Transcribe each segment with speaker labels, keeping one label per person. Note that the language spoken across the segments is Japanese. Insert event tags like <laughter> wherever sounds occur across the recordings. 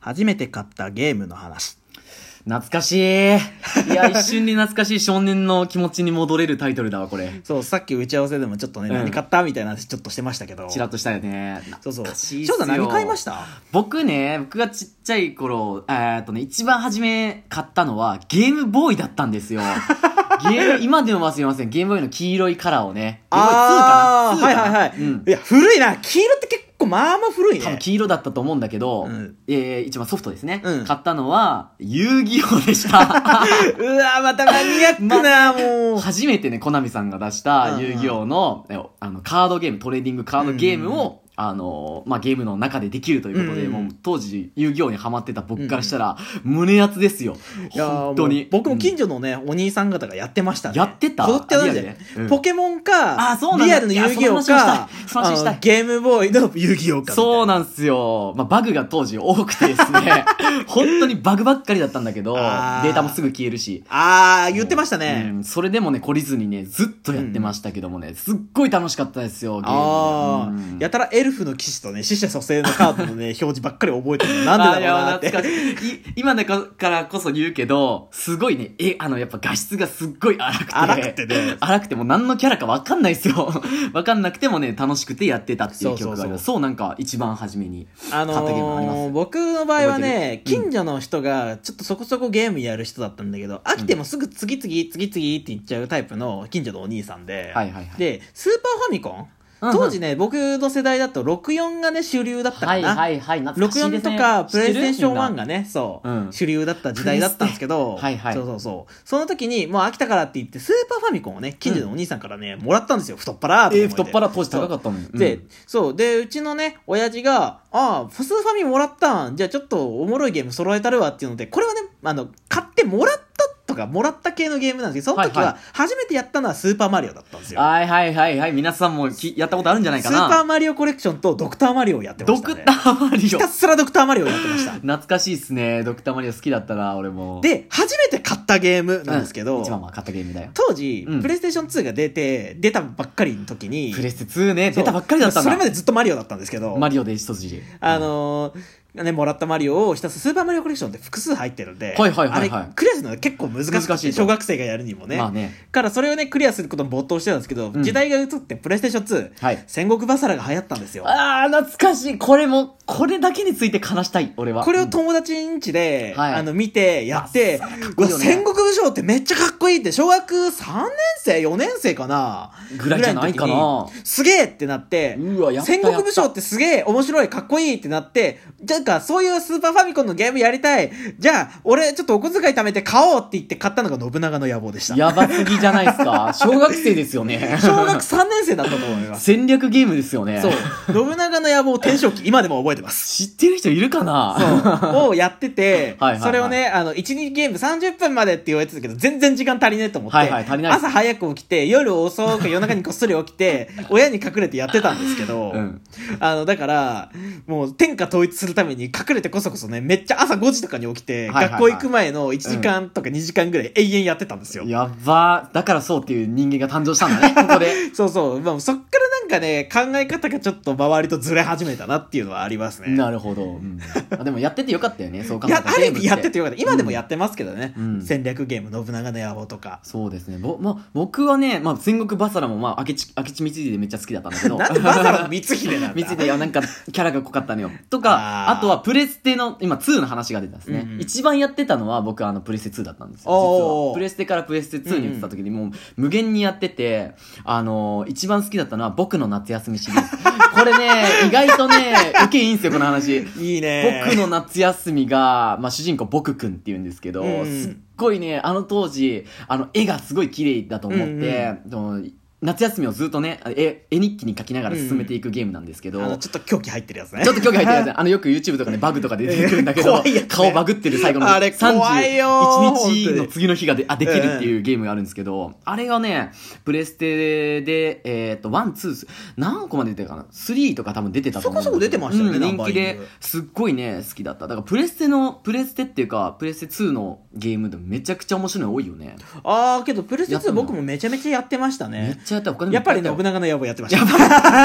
Speaker 1: 初めて買ったゲームの話。
Speaker 2: 懐かしい。いや、一瞬に懐かしい少年の気持ちに戻れるタイトルだわ、これ。
Speaker 1: そう、さっき打ち合わせでもちょっとね、
Speaker 2: うん
Speaker 1: 何買ったみたいな話ちょっとしてましたけど。
Speaker 2: チラッとしたよね。
Speaker 1: そうそう。
Speaker 2: 懐かしいっす
Speaker 1: 翔
Speaker 2: よ
Speaker 1: 太何買いました
Speaker 2: 僕ね、僕がちっちゃい頃、えーっとね、一番初め買ったのはゲームボーイだったんで
Speaker 1: <laughs>
Speaker 2: すよ。ゲーム、今でも忘れません。ゲームボーイの黄色いカラーをね。ゲームボーイ
Speaker 1: あー、
Speaker 2: 2かな ?2
Speaker 1: は
Speaker 2: かな
Speaker 1: いはいはい。
Speaker 2: うん
Speaker 1: いや、古いな。黄色って結構まあまあ古い
Speaker 2: 多分
Speaker 1: ね。
Speaker 2: 黄色だったと思うんだけど、
Speaker 1: うん
Speaker 2: えー一番ソフトですね、
Speaker 1: うん
Speaker 2: 買ったのは、遊戯王
Speaker 1: <laughs>
Speaker 2: でした。
Speaker 1: うわまたマニアックな、もう。
Speaker 2: 初めてね、コナミさんが出した遊戯王の、えあの、カードゲーム、トレーディングカードゲーム
Speaker 1: うんう
Speaker 2: を、あの、まあ、ゲームの中でできるということで、
Speaker 1: うんうん
Speaker 2: もう当時、遊戯王にハマってた僕からしたら、胸熱ですよ。
Speaker 1: いやー
Speaker 2: 本当
Speaker 1: も
Speaker 2: に
Speaker 1: う。僕も近所のね、お兄さん方がやってましたね。
Speaker 2: やってた
Speaker 1: こぞってやるじゃな
Speaker 2: リ
Speaker 1: い
Speaker 2: アルでうん
Speaker 1: ポケモンか、
Speaker 2: あそうなんだ
Speaker 1: リアルの遊戯王
Speaker 2: いや
Speaker 1: か、
Speaker 2: その話したいその話した
Speaker 1: あ
Speaker 2: い
Speaker 1: のゲームボーイの遊戯王か。
Speaker 2: そう
Speaker 1: な
Speaker 2: なんですよ。まあ、バグが当時多くてで
Speaker 1: <laughs>
Speaker 2: すね、本当にバグばっかりだったんだけど、デ
Speaker 1: あー
Speaker 2: ータもすぐ消えるし。
Speaker 1: あー、言ってましたね。
Speaker 2: うんそれでもね、懲りずにね、ずっとやってましたけどもね、すっごい楽しかったですよ、ゲームね。
Speaker 1: あ
Speaker 2: うん
Speaker 1: ー、やたらエルフの騎士とね、死者蘇生のカードの <laughs> ね、表示ばっかり覚えてるのなんでだろうなっ
Speaker 2: あい
Speaker 1: て。
Speaker 2: や懐かしいい今だからこそ言うけど、すごいね、え、あの、やっぱ画質がすっごい荒くて。
Speaker 1: 荒くてね
Speaker 2: 荒くてもう何のキャラかわかんないですよ。 <laughs> わかんなくてもね、楽しくてやってたっていう曲があ
Speaker 1: そう
Speaker 2: る。そ
Speaker 1: そううそう
Speaker 2: なんか一番初めに。
Speaker 1: あの
Speaker 2: 買ったゲームあります
Speaker 1: ー、僕の場合はね、
Speaker 2: 覚えてる
Speaker 1: 近所の人が、ちょっとそこそこゲームやる人だったんだけど、飽きてもすぐ次々、次々って言っちゃうタイプの近所のお兄さんで、
Speaker 2: はいはいはい。
Speaker 1: で、スーパーファミコン
Speaker 2: うんうん
Speaker 1: 当時ね、僕の世代だと64がね、主流だった
Speaker 2: は
Speaker 1: か
Speaker 2: いは
Speaker 1: な。
Speaker 2: いはい、懐かしいで
Speaker 1: 64
Speaker 2: すね
Speaker 1: とか、プレイステーション
Speaker 2: 知って
Speaker 1: 1
Speaker 2: る
Speaker 1: がね、そう
Speaker 2: うん、
Speaker 1: 主流だった時代だったんですけど、
Speaker 2: プレステはいはい
Speaker 1: そうそうそう。その時に、もう飽きたからって言って、スーパーファミコンをね、近所のお兄さんからね、もらったんですよ、太っ腹
Speaker 2: みんなえー、太っ腹当
Speaker 1: 当
Speaker 2: 時
Speaker 1: 時
Speaker 2: 高かったのに。うん
Speaker 1: で、そう。で、うちのね、親父が、ああ、スーファミもらったん。じゃあちょっとおもろいゲーム揃えたるわっていうので、これはね、あの、買ってもらったとか、もらった系のゲームなんですけど、その時
Speaker 2: はいは
Speaker 1: は初めてやったのはスーパーマリオだったんですよ。
Speaker 2: はいはいはいはい、皆さんもきやったことあるんじゃない
Speaker 1: ス
Speaker 2: か
Speaker 1: ーパー
Speaker 2: な。
Speaker 1: マリオコレクションとドクターマリオをやってま
Speaker 2: ド
Speaker 1: した、ね。
Speaker 2: クターマリ
Speaker 1: ひ
Speaker 2: オ
Speaker 1: た。すらドクターマリオをやってました。
Speaker 2: 懐かしいっすね。ドクターマリオ好きだったな、俺も。、
Speaker 1: で、初めて買ったゲームなんですけど、
Speaker 2: 一番は買ったゲームだよ。
Speaker 1: 当時、
Speaker 2: うん
Speaker 1: プレイステーション2が出て、出たばっかりの時に、
Speaker 2: プレステ2ね、
Speaker 1: そう
Speaker 2: 出たばっかりだったん
Speaker 1: そ
Speaker 2: だ。
Speaker 1: れまでずっとマリオだったんですけど、
Speaker 2: マリオで一筋。
Speaker 1: あのーね、もらったマリオをひたすらスーパーマリオコレクションって複数入ってるんで、
Speaker 2: はいはいはいはい
Speaker 1: あれ、クリアするのが結構難しくて
Speaker 2: 難しいと
Speaker 1: 小学生がやるにもね。
Speaker 2: まあね。
Speaker 1: からそれをね、クリアすることに没頭してたんですけど、
Speaker 2: ん
Speaker 1: 時代が移ってプレイステーション2、
Speaker 2: はい
Speaker 1: 戦国バサラが流行ったんですよ。
Speaker 2: ああ、懐かしい。これも、これだけについて話したい、俺は。
Speaker 1: これ
Speaker 2: う
Speaker 1: を
Speaker 2: ん
Speaker 1: 友達ん家で、
Speaker 2: はい
Speaker 1: あの、見て、やって、う
Speaker 2: いい
Speaker 1: わ、
Speaker 2: よね
Speaker 1: 戦国武将ってめっちゃかっこいいって、小学3年生、4年生かな
Speaker 2: ぐらいじゃないかな
Speaker 1: ぐらいの時にすげえってなって、
Speaker 2: うわやった
Speaker 1: 戦国武将ってすげえ面白い、かっこいいってなって、じゃあなんか、そういうスーパーファミコンのゲームやりたい。じゃあ、俺、ちょっとお小遣い貯めて買おうって言って買ったのが信長の野望でした。
Speaker 2: やばすぎじゃないで
Speaker 1: <laughs>
Speaker 2: すか。小学生ですよね。
Speaker 1: 小学3年生だったと思い
Speaker 2: <laughs>
Speaker 1: ます。
Speaker 2: 戦略ゲームですよね。
Speaker 1: そう。。信長の野望転生期、今でも覚えてます。
Speaker 2: 知ってる人いるかな
Speaker 1: そう。をやってて
Speaker 2: <laughs> はいはいはい、
Speaker 1: それをね、あの、1、2ゲーム30分までって言われてたけど、全然時間足りねえと思って、
Speaker 2: はいはい足りないです
Speaker 1: 朝早く起きて、夜遅
Speaker 2: <laughs>
Speaker 1: く夜中にこっそり起きて、親に隠れてやってたんですけど、
Speaker 2: うん
Speaker 1: あの、だから、もう天下統一するために隠れてこそこそね、めっちゃ朝5時とかに起きて、
Speaker 2: はいはいはい
Speaker 1: 学校行く前の1時間とか2時間ぐらい永遠やってたんですよ。
Speaker 2: やば。だからそうっていう人間が誕生したんだ
Speaker 1: <laughs>
Speaker 2: ね、ここで。
Speaker 1: そうそう。まあ、そっからなんかね、考え方がちょっと周りとずれ始めたなっていうのはありますね。
Speaker 2: なるほど。うんあでもやっててよかったよね、そう考
Speaker 1: い
Speaker 2: えた
Speaker 1: や、
Speaker 2: ら
Speaker 1: ある意味
Speaker 2: ゲー
Speaker 1: やっ
Speaker 2: ム
Speaker 1: ててよかった。今でもやってますけどね。
Speaker 2: うん
Speaker 1: 戦略ゲーム、信長の野望とか。
Speaker 2: そうですね。ぼ、まあ、僕はね、まあ、戦国バサラも、まあ、明智、明智光秀でめっちゃ好きだったんだけど。
Speaker 1: なんでバサラの <laughs> 光秀なんだ
Speaker 2: 光秀はなんか、キャラが濃かった
Speaker 1: <laughs>
Speaker 2: のよ。とか、
Speaker 1: あ
Speaker 2: あ
Speaker 1: ー
Speaker 2: とはプレステの、今2の話が出たんですね。
Speaker 1: うんうん
Speaker 2: 一番やってたのは僕はあの、プレステ2だったんですよ。
Speaker 1: おー
Speaker 2: 実は。プレステからプレステ2に移った時にもう、無限にやってて、あのー一番好きだったのは僕の夏休みシリーズ。これね、意外とね、受けいいんですよ、この話。
Speaker 1: いいね。
Speaker 2: 僕の夏休みが、まあ、主人公僕くんって言うんですけど、
Speaker 1: うん
Speaker 2: すっごいねあの当時あの絵がすごい綺麗だと思って、
Speaker 1: うんう
Speaker 2: その夏休みをずっとね絵絵日記に書きながら進めていくゲームなんですけど、
Speaker 1: あの、ちょっと狂気入ってるやつね。
Speaker 2: <laughs> ちょっと興味入ってるやつね。あの、よく YouTube とかね、バグとかで出てくるんだけど、
Speaker 1: <laughs> 怖いやつね
Speaker 2: 顔バグってる最後の
Speaker 1: あれ怖いよー
Speaker 2: 31日の次の日がで、あ、できるっていうゲームがあるんですけど、あれがね、プレステで、えっと、1、2、何個まで出てたかな ?3 とか多分出てたと思うんだけど
Speaker 1: そこそこ出てましたよね
Speaker 2: うん
Speaker 1: ナン
Speaker 2: 人
Speaker 1: バ
Speaker 2: 気
Speaker 1: リング
Speaker 2: で、すっごいね、好きだった。だから、プレステの、プレステっていうか、プレステ2のゲームでもめちゃくちゃ面白いの多いよね。
Speaker 1: あー、けど、プレステ
Speaker 2: やった
Speaker 1: 2
Speaker 2: んだ
Speaker 1: 僕もめちゃめちゃやってました
Speaker 2: め
Speaker 1: ね。
Speaker 2: ちゃやった他にもい
Speaker 1: やっぱり
Speaker 2: い
Speaker 1: ね、
Speaker 2: あ
Speaker 1: 信
Speaker 2: た
Speaker 1: 長の野望やってました。
Speaker 2: わ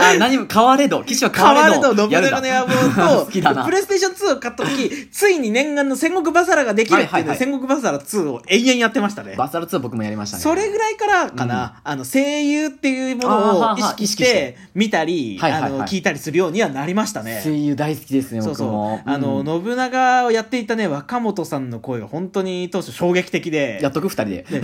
Speaker 2: あ、何も、変われど、騎士は変
Speaker 1: 変わ
Speaker 2: わ
Speaker 1: る
Speaker 2: れ
Speaker 1: と
Speaker 2: ど。
Speaker 1: 信
Speaker 2: やる
Speaker 1: 長
Speaker 2: だ
Speaker 1: の野望 <laughs> と
Speaker 2: 好きだな
Speaker 1: プ。レイステーション2を買った時ついに念願の戦国バサラができるっていうので、
Speaker 2: はいはいはい
Speaker 1: 戦国バサラ2を永遠やってましたね
Speaker 2: バサル2僕もやりましたね。
Speaker 1: それぐらいからかな、あの声優っていうものを
Speaker 2: あーはー
Speaker 1: 意
Speaker 2: はー
Speaker 1: 識し
Speaker 2: 意識してて
Speaker 1: 見たり、
Speaker 2: はいはいはい
Speaker 1: あの聞いたりするようにはなりましたね
Speaker 2: 声優大好きですね、
Speaker 1: そう
Speaker 2: 僕
Speaker 1: そう
Speaker 2: も。
Speaker 1: あの、
Speaker 2: うん
Speaker 1: 信長をやっていたね若本さんの声が本当に当初衝撃的で
Speaker 2: やっとく、二人で。
Speaker 1: ね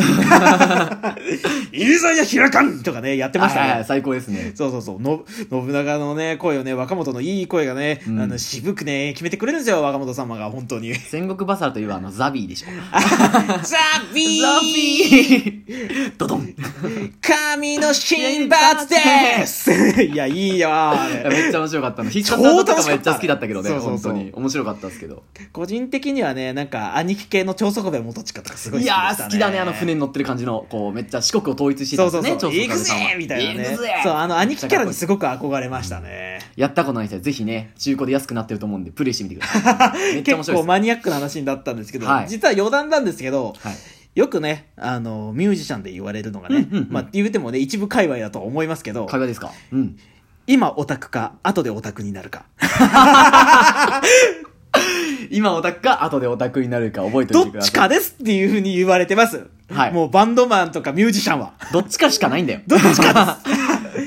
Speaker 1: いざや開かんとかねやってました
Speaker 2: はいはいは
Speaker 1: ね
Speaker 2: い最高ですね。
Speaker 1: そうそうそうの信長のね声をね若本のいい声がね、
Speaker 2: うん
Speaker 1: あの渋くね決めてくれるんですよ若本様が本当
Speaker 2: <laughs>
Speaker 1: にザ
Speaker 2: 戦国バサラといえばあの、ザビーでしょ。
Speaker 1: ビー
Speaker 2: ザビードドン
Speaker 1: 神の神罰ですいやいい
Speaker 2: <laughs>
Speaker 1: よ
Speaker 2: めっちゃ面白かったの。必殺技とかめっちゃ好きだったけどね。
Speaker 1: 超楽しかった
Speaker 2: 本当に。面白かったですけど。
Speaker 1: 個人的にはねなんか兄貴系の超速弁元近とかすごい
Speaker 2: い
Speaker 1: 好きでしたね
Speaker 2: やー、好きだね。あの船に乗ってる感じの、こう、めっちゃ四国を統一してた
Speaker 1: そ
Speaker 2: ん
Speaker 1: う
Speaker 2: で
Speaker 1: そう
Speaker 2: す
Speaker 1: そう
Speaker 2: ね。、長
Speaker 1: 行
Speaker 2: 州さ
Speaker 1: く
Speaker 2: んさんは
Speaker 1: ぜみたいなね
Speaker 2: 行くぜ
Speaker 1: そうあの兄貴キャラに <laughs>
Speaker 2: めっちゃかっこいい
Speaker 1: すごく憧れましたね
Speaker 2: やったことない人はぜひね、中古で安くなってると思うんで、プレイしてみてください。めっちゃ面
Speaker 1: 結
Speaker 2: 白いで
Speaker 1: 構
Speaker 2: す。
Speaker 1: マニアックな話だったんですけど、
Speaker 2: はい
Speaker 1: 実は余談なんですけど
Speaker 2: はい。
Speaker 1: よくねあのミュージシャンで言われるのがね、
Speaker 2: うんうんうん
Speaker 1: まあ言うてもね一部界隈だとは思いますけど
Speaker 2: 会話ですかうん。
Speaker 1: 今オタクか後でオタクになるか
Speaker 2: 今オタクか、後でオタクになるか覚えてお
Speaker 1: ど
Speaker 2: い
Speaker 1: って
Speaker 2: くだ
Speaker 1: ち
Speaker 2: さ
Speaker 1: か
Speaker 2: い。
Speaker 1: ですっていうふうに言われてます、
Speaker 2: はい
Speaker 1: もうバンドマンとかミュージシャンは
Speaker 2: どっちかしかないんだよ。
Speaker 1: どっちか
Speaker 2: <laughs>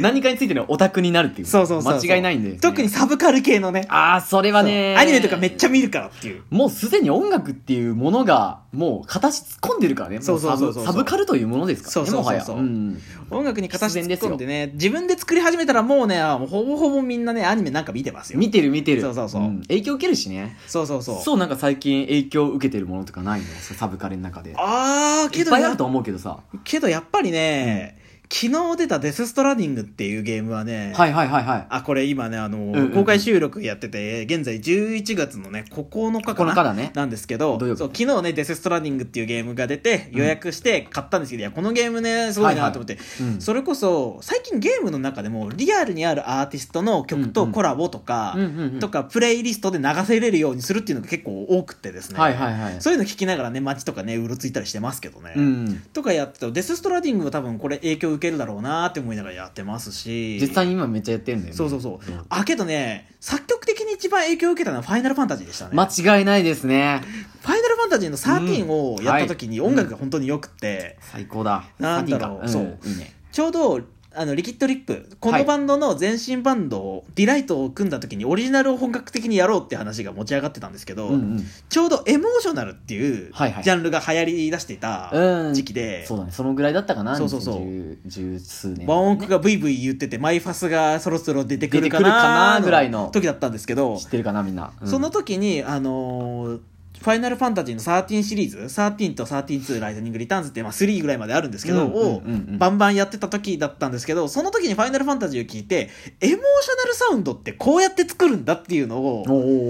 Speaker 2: 何かについてのオタクになるっていう。
Speaker 1: そうそうそうそう
Speaker 2: 間違いないんで。
Speaker 1: 特に。サブカル系のね
Speaker 2: あー、それはね
Speaker 1: そうアニメとかめっちゃ見るからっていう
Speaker 2: もうすでに音楽っていうものが、もう形突っ込んでるからね。も
Speaker 1: そうそうそうそう
Speaker 2: サブサブカルというものですからね、
Speaker 1: そうそう
Speaker 2: もは
Speaker 1: そう
Speaker 2: や。
Speaker 1: そう
Speaker 2: うん
Speaker 1: 音楽に形突っ込ん
Speaker 2: 必然
Speaker 1: で
Speaker 2: で
Speaker 1: ね自分で作り始めたらもうねもうほぼほぼみんなねアニメなんか見てますよ
Speaker 2: 見てる見てる。
Speaker 1: そうそうそうん
Speaker 2: 影響受けるしね。
Speaker 1: そうそうそう
Speaker 2: そう、なんか最近影響受けてるものとかないんですかサブカルの中で。
Speaker 1: あー
Speaker 2: い
Speaker 1: け
Speaker 2: っ
Speaker 1: ど
Speaker 2: ぱいあると思うけどさ。
Speaker 1: けどやっぱりね、昨日出た「デス・ストラディング」っていうゲームはね、
Speaker 2: はいはいはいはい。
Speaker 1: あこれ今ねあの、
Speaker 2: んうん
Speaker 1: 公開収録やってて現在11月のね9日か
Speaker 2: この
Speaker 1: な
Speaker 2: からね。
Speaker 1: なんですけど
Speaker 2: 土曜日
Speaker 1: そう昨日ね「デス・ストラディング」っていうゲームが出て予約して買ったんですけど、いやこのゲームねすごいなと思って、
Speaker 2: うん
Speaker 1: それこそ最近ゲームの中でもリアルにあるアーティストの曲と
Speaker 2: うんうん
Speaker 1: コラボとか、
Speaker 2: うんうんうん
Speaker 1: とかプレイリストで流せれるようにするっていうのが結構多くてですね、
Speaker 2: はいはいはい。
Speaker 1: そういうの聞きながらね街とかねうろついたりしてますけどね、
Speaker 2: うん。
Speaker 1: とかやってたデス・ストラディングは多分これ影響受けるだろうなって思いながらやってますし
Speaker 2: 実際に今めっちゃやってるんだよね。
Speaker 1: そうそうそう、
Speaker 2: ん
Speaker 1: あけどね作曲的に一番影響を受けたのは「ファイナルファンタジー」でしたね、
Speaker 2: 間違いないですね。
Speaker 1: ファイナルファンタジーの13をやった時に
Speaker 2: うんはい
Speaker 1: 音楽が本当に良くて、
Speaker 2: 最高だ。
Speaker 1: なんだろう
Speaker 2: パティンか
Speaker 1: そ
Speaker 2: んいいね。
Speaker 1: ちょうどあのリキッドリップこ
Speaker 2: は
Speaker 1: の
Speaker 2: い
Speaker 1: バンドの前身バンドをディライトを組んだ時にオリジナルを本格的にやろうって話が持ち上がってたんですけど、
Speaker 2: うんうん。
Speaker 1: ちょうどエモーショナルっていうジ
Speaker 2: はいはい
Speaker 1: ャンルが流行り出していた
Speaker 2: うん
Speaker 1: 時期で、
Speaker 2: そうだね。そのぐらいだったかな。
Speaker 1: そうそうそう
Speaker 2: 2010十数年。
Speaker 1: ワンオクがブイブイ言ってて、マイファスがそろそろ出てくるか
Speaker 2: 出てくるか
Speaker 1: な
Speaker 2: なぐらいの
Speaker 1: 時だったんですけど
Speaker 2: 知、ってるかな、みんな。うん
Speaker 1: その時に、あのーファイナルファンタジーの13シリーズ、13と132ライトニングリターンズって、まあ、3ぐらいまであるんですけど、
Speaker 2: うん
Speaker 1: を
Speaker 2: うんうんうん
Speaker 1: バンバンやってた時だったんですけど、その時にファイナルファンタジーを聞いて、エモーショナルサウンドってこうやって作るんだっていうのを、
Speaker 2: お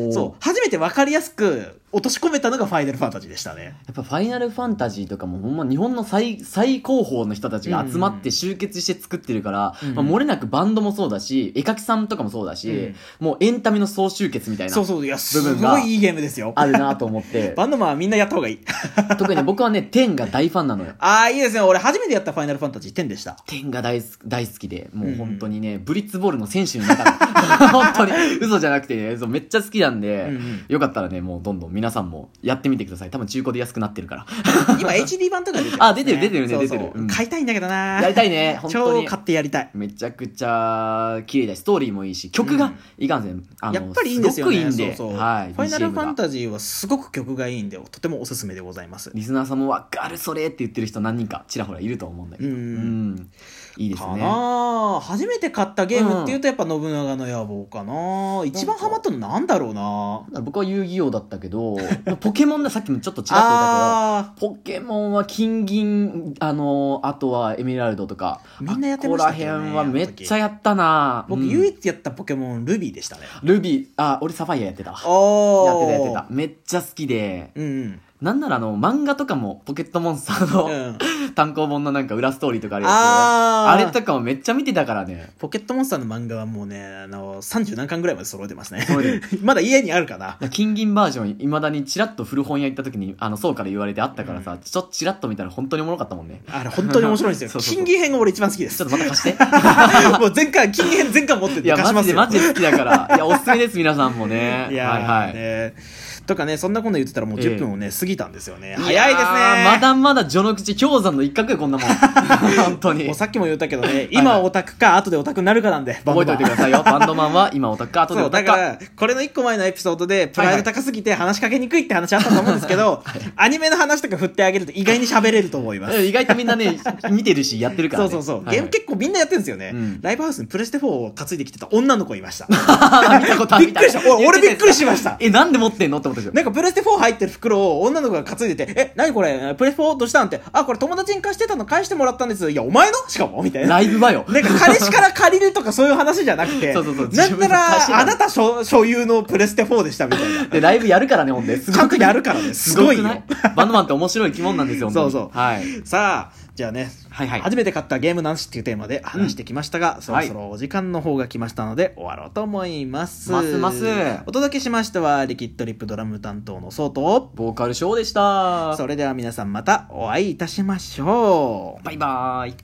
Speaker 2: ー
Speaker 1: そう、初めて分かりやすく落とし込めたのがファイナルファンタジーでしたね。
Speaker 2: やっぱ「ファイナルファンタジー」とかもほんま日本の最最高峰の人たちが集まって集結して作ってるから、
Speaker 1: うん
Speaker 2: まあ、漏れなくバンドもそうだし絵描きさんとかもそうだし、もうエンタメの総集結みたいな
Speaker 1: そうそう、いや、す
Speaker 2: 部分
Speaker 1: ご
Speaker 2: が
Speaker 1: いいいゲームですよ。
Speaker 2: あるなと思って
Speaker 1: <laughs> バンドマンはみんなやった方がいい。
Speaker 2: 特に僕はね「天」が大ファンなのよ。
Speaker 1: ああ、いいですね。俺初めてやったファイナルファンタジー10でした。
Speaker 2: 天が大す大好きで、もううん本当にね、ブリッツボールの選手の <laughs> 中で、本当に嘘じゃなくてね、そうめっちゃ好きなんで、
Speaker 1: うんうん
Speaker 2: よかったらね、もうどんどん皆さんもやってみてください。多分中古で安くなってるから。
Speaker 1: 今
Speaker 2: <laughs>
Speaker 1: HD 版とか出てる、
Speaker 2: あ出てる出てるね
Speaker 1: そう
Speaker 2: 出てる
Speaker 1: そう
Speaker 2: うん
Speaker 1: 買いたいんだけどな
Speaker 2: やりたい
Speaker 1: <laughs>
Speaker 2: ね、本当
Speaker 1: 超
Speaker 2: に。
Speaker 1: 買ってやりたい。
Speaker 2: めちゃくちゃ綺麗だし、ストーリーもいいし、曲
Speaker 1: う
Speaker 2: が
Speaker 1: ん
Speaker 2: いかんせん。あの
Speaker 1: やっぱりいいんですよね。
Speaker 2: ごくいいんで、
Speaker 1: そうそう
Speaker 2: はい。
Speaker 1: ファイナル
Speaker 2: BGM
Speaker 1: フ
Speaker 2: が
Speaker 1: ァンタジーはすごく曲がいいんで、とてもおすすめでございます。
Speaker 2: リスナーさんもわかるそれって言ってる人何人かちらほらいると思うんだけど。
Speaker 1: うん
Speaker 2: んいいです
Speaker 1: か
Speaker 2: ね。
Speaker 1: なあ初めて買ったゲームっていうとやっぱ信長の野望かな一番ハマったのなんだろうな
Speaker 2: 僕は遊戯王だったけど、 <laughs> ポケモンだ、さっきもちょっとちらっと言った
Speaker 1: あ
Speaker 2: けど、ポケモンは金銀、あの、あとはエメラルドとか、
Speaker 1: みんなやってましたけどね
Speaker 2: あここら辺はめっちゃやった
Speaker 1: あ
Speaker 2: な
Speaker 1: 僕
Speaker 2: うん
Speaker 1: 唯一やったポケモンルビーでしたね。
Speaker 2: ルビー、あ、俺サファイアやってたわ。
Speaker 1: お
Speaker 2: やって
Speaker 1: ー
Speaker 2: たやってた。めっちゃ好きで、
Speaker 1: うん
Speaker 2: なんならあの、漫画とかもポケットモンスターの、
Speaker 1: うん。うん。
Speaker 2: 単行本のなんか裏ストーリーとかあるやつ
Speaker 1: あ
Speaker 2: あ
Speaker 1: ー
Speaker 2: れとかもめっちゃ見てたからね。
Speaker 1: ポケットモンスターの漫画はもうね、あの、30何巻ぐらいまで揃えてますね
Speaker 2: そうで。
Speaker 1: <laughs> まだ家にあるかな。
Speaker 2: 金銀バージョン、いまだにチラッと古本屋行った時に、あの、そうから言われてあったからさ、ちょっとチラッと見たら本当におもろかっ
Speaker 1: <laughs>
Speaker 2: たもんね。
Speaker 1: あれ、本当に面白いんです
Speaker 2: そ
Speaker 1: よ。
Speaker 2: うそうそう
Speaker 1: 金銀編が俺一番好きで
Speaker 2: ち
Speaker 1: す
Speaker 2: ょっ。とまた貸して。
Speaker 1: <laughs> もう前回、金銀編全巻持って
Speaker 2: い
Speaker 1: て
Speaker 2: や、
Speaker 1: 貸し
Speaker 2: マ
Speaker 1: ま
Speaker 2: ジ
Speaker 1: す
Speaker 2: で、
Speaker 1: よ。
Speaker 2: マジで好きだから。いや、おすすめです、皆さんもね。
Speaker 1: <laughs> いや
Speaker 2: はい
Speaker 1: ー、
Speaker 2: はい。
Speaker 1: ねとかね、そんなこと言ってたらもう10分をね、過ぎたんですよね。早いですね。
Speaker 2: やーまだまだ序の口、氷山の一角よ、こ
Speaker 1: <laughs>
Speaker 2: んなもん。本当に
Speaker 1: もう。さっきも言ったけどね、今オタクか、後でオタクになるかなんで。
Speaker 2: 覚えておいてくださいよ。バンドマンは今オタクか、後で
Speaker 1: そう、
Speaker 2: オ
Speaker 1: だ
Speaker 2: タク
Speaker 1: か
Speaker 2: か。
Speaker 1: ら、これの一個前のエピソードで、プライド高すぎて話しかけにくいって話あったと思うんですけど、アニメの話とか振ってあげると意外に喋れると思います。
Speaker 2: うん意外とみんなね、見てるし、やってるから
Speaker 1: そう
Speaker 2: ね。
Speaker 1: そうそう。
Speaker 2: はい
Speaker 1: ゲーム結構みんなやってるんですよね。
Speaker 2: うん
Speaker 1: ライブハウスにプレステ4を担いできてた女の子いま
Speaker 2: <laughs>
Speaker 1: した。
Speaker 2: あー見たことある
Speaker 1: びっくりした。お俺びっくりしました。
Speaker 2: え、なんで持ってんのって思ったでしょ。
Speaker 1: なんかプレステ4入ってる袋を女の子が担いでて、え、何これプレステ4どうしたんって、あ、これ友達に貸してたの返してもらったんです。いや、お前のしかもみたいな。
Speaker 2: ライブばよ。
Speaker 1: なんか彼氏から借りるとかそういう話じゃなくて、
Speaker 2: そうそうそう
Speaker 1: なんな
Speaker 2: 自分の貸して
Speaker 1: ら、
Speaker 2: た
Speaker 1: あなた所所有のプレステ4でしたみたいな。
Speaker 2: で、ライブやるからね、ほんで。す
Speaker 1: ち
Speaker 2: ご
Speaker 1: ゃん
Speaker 2: く
Speaker 1: とやるからね。すごい
Speaker 2: く
Speaker 1: よ。
Speaker 2: ないバンドマンって面白い生き物なんですよ、本当に
Speaker 1: そうそう
Speaker 2: はい。
Speaker 1: <laughs> さあ、じゃあね、
Speaker 2: はいはい。
Speaker 1: 初めて買ったゲームの話っていうテーマで話してきましたが、そろそろお時間の方が来ましたので終わろうと思います。
Speaker 2: ますます
Speaker 1: お届けしましたは、リキッドリップドラム担当のソウと、
Speaker 2: ボーカルショーでした。
Speaker 1: それでは皆さんまたお会いいたしましょう。
Speaker 2: バイバーイ。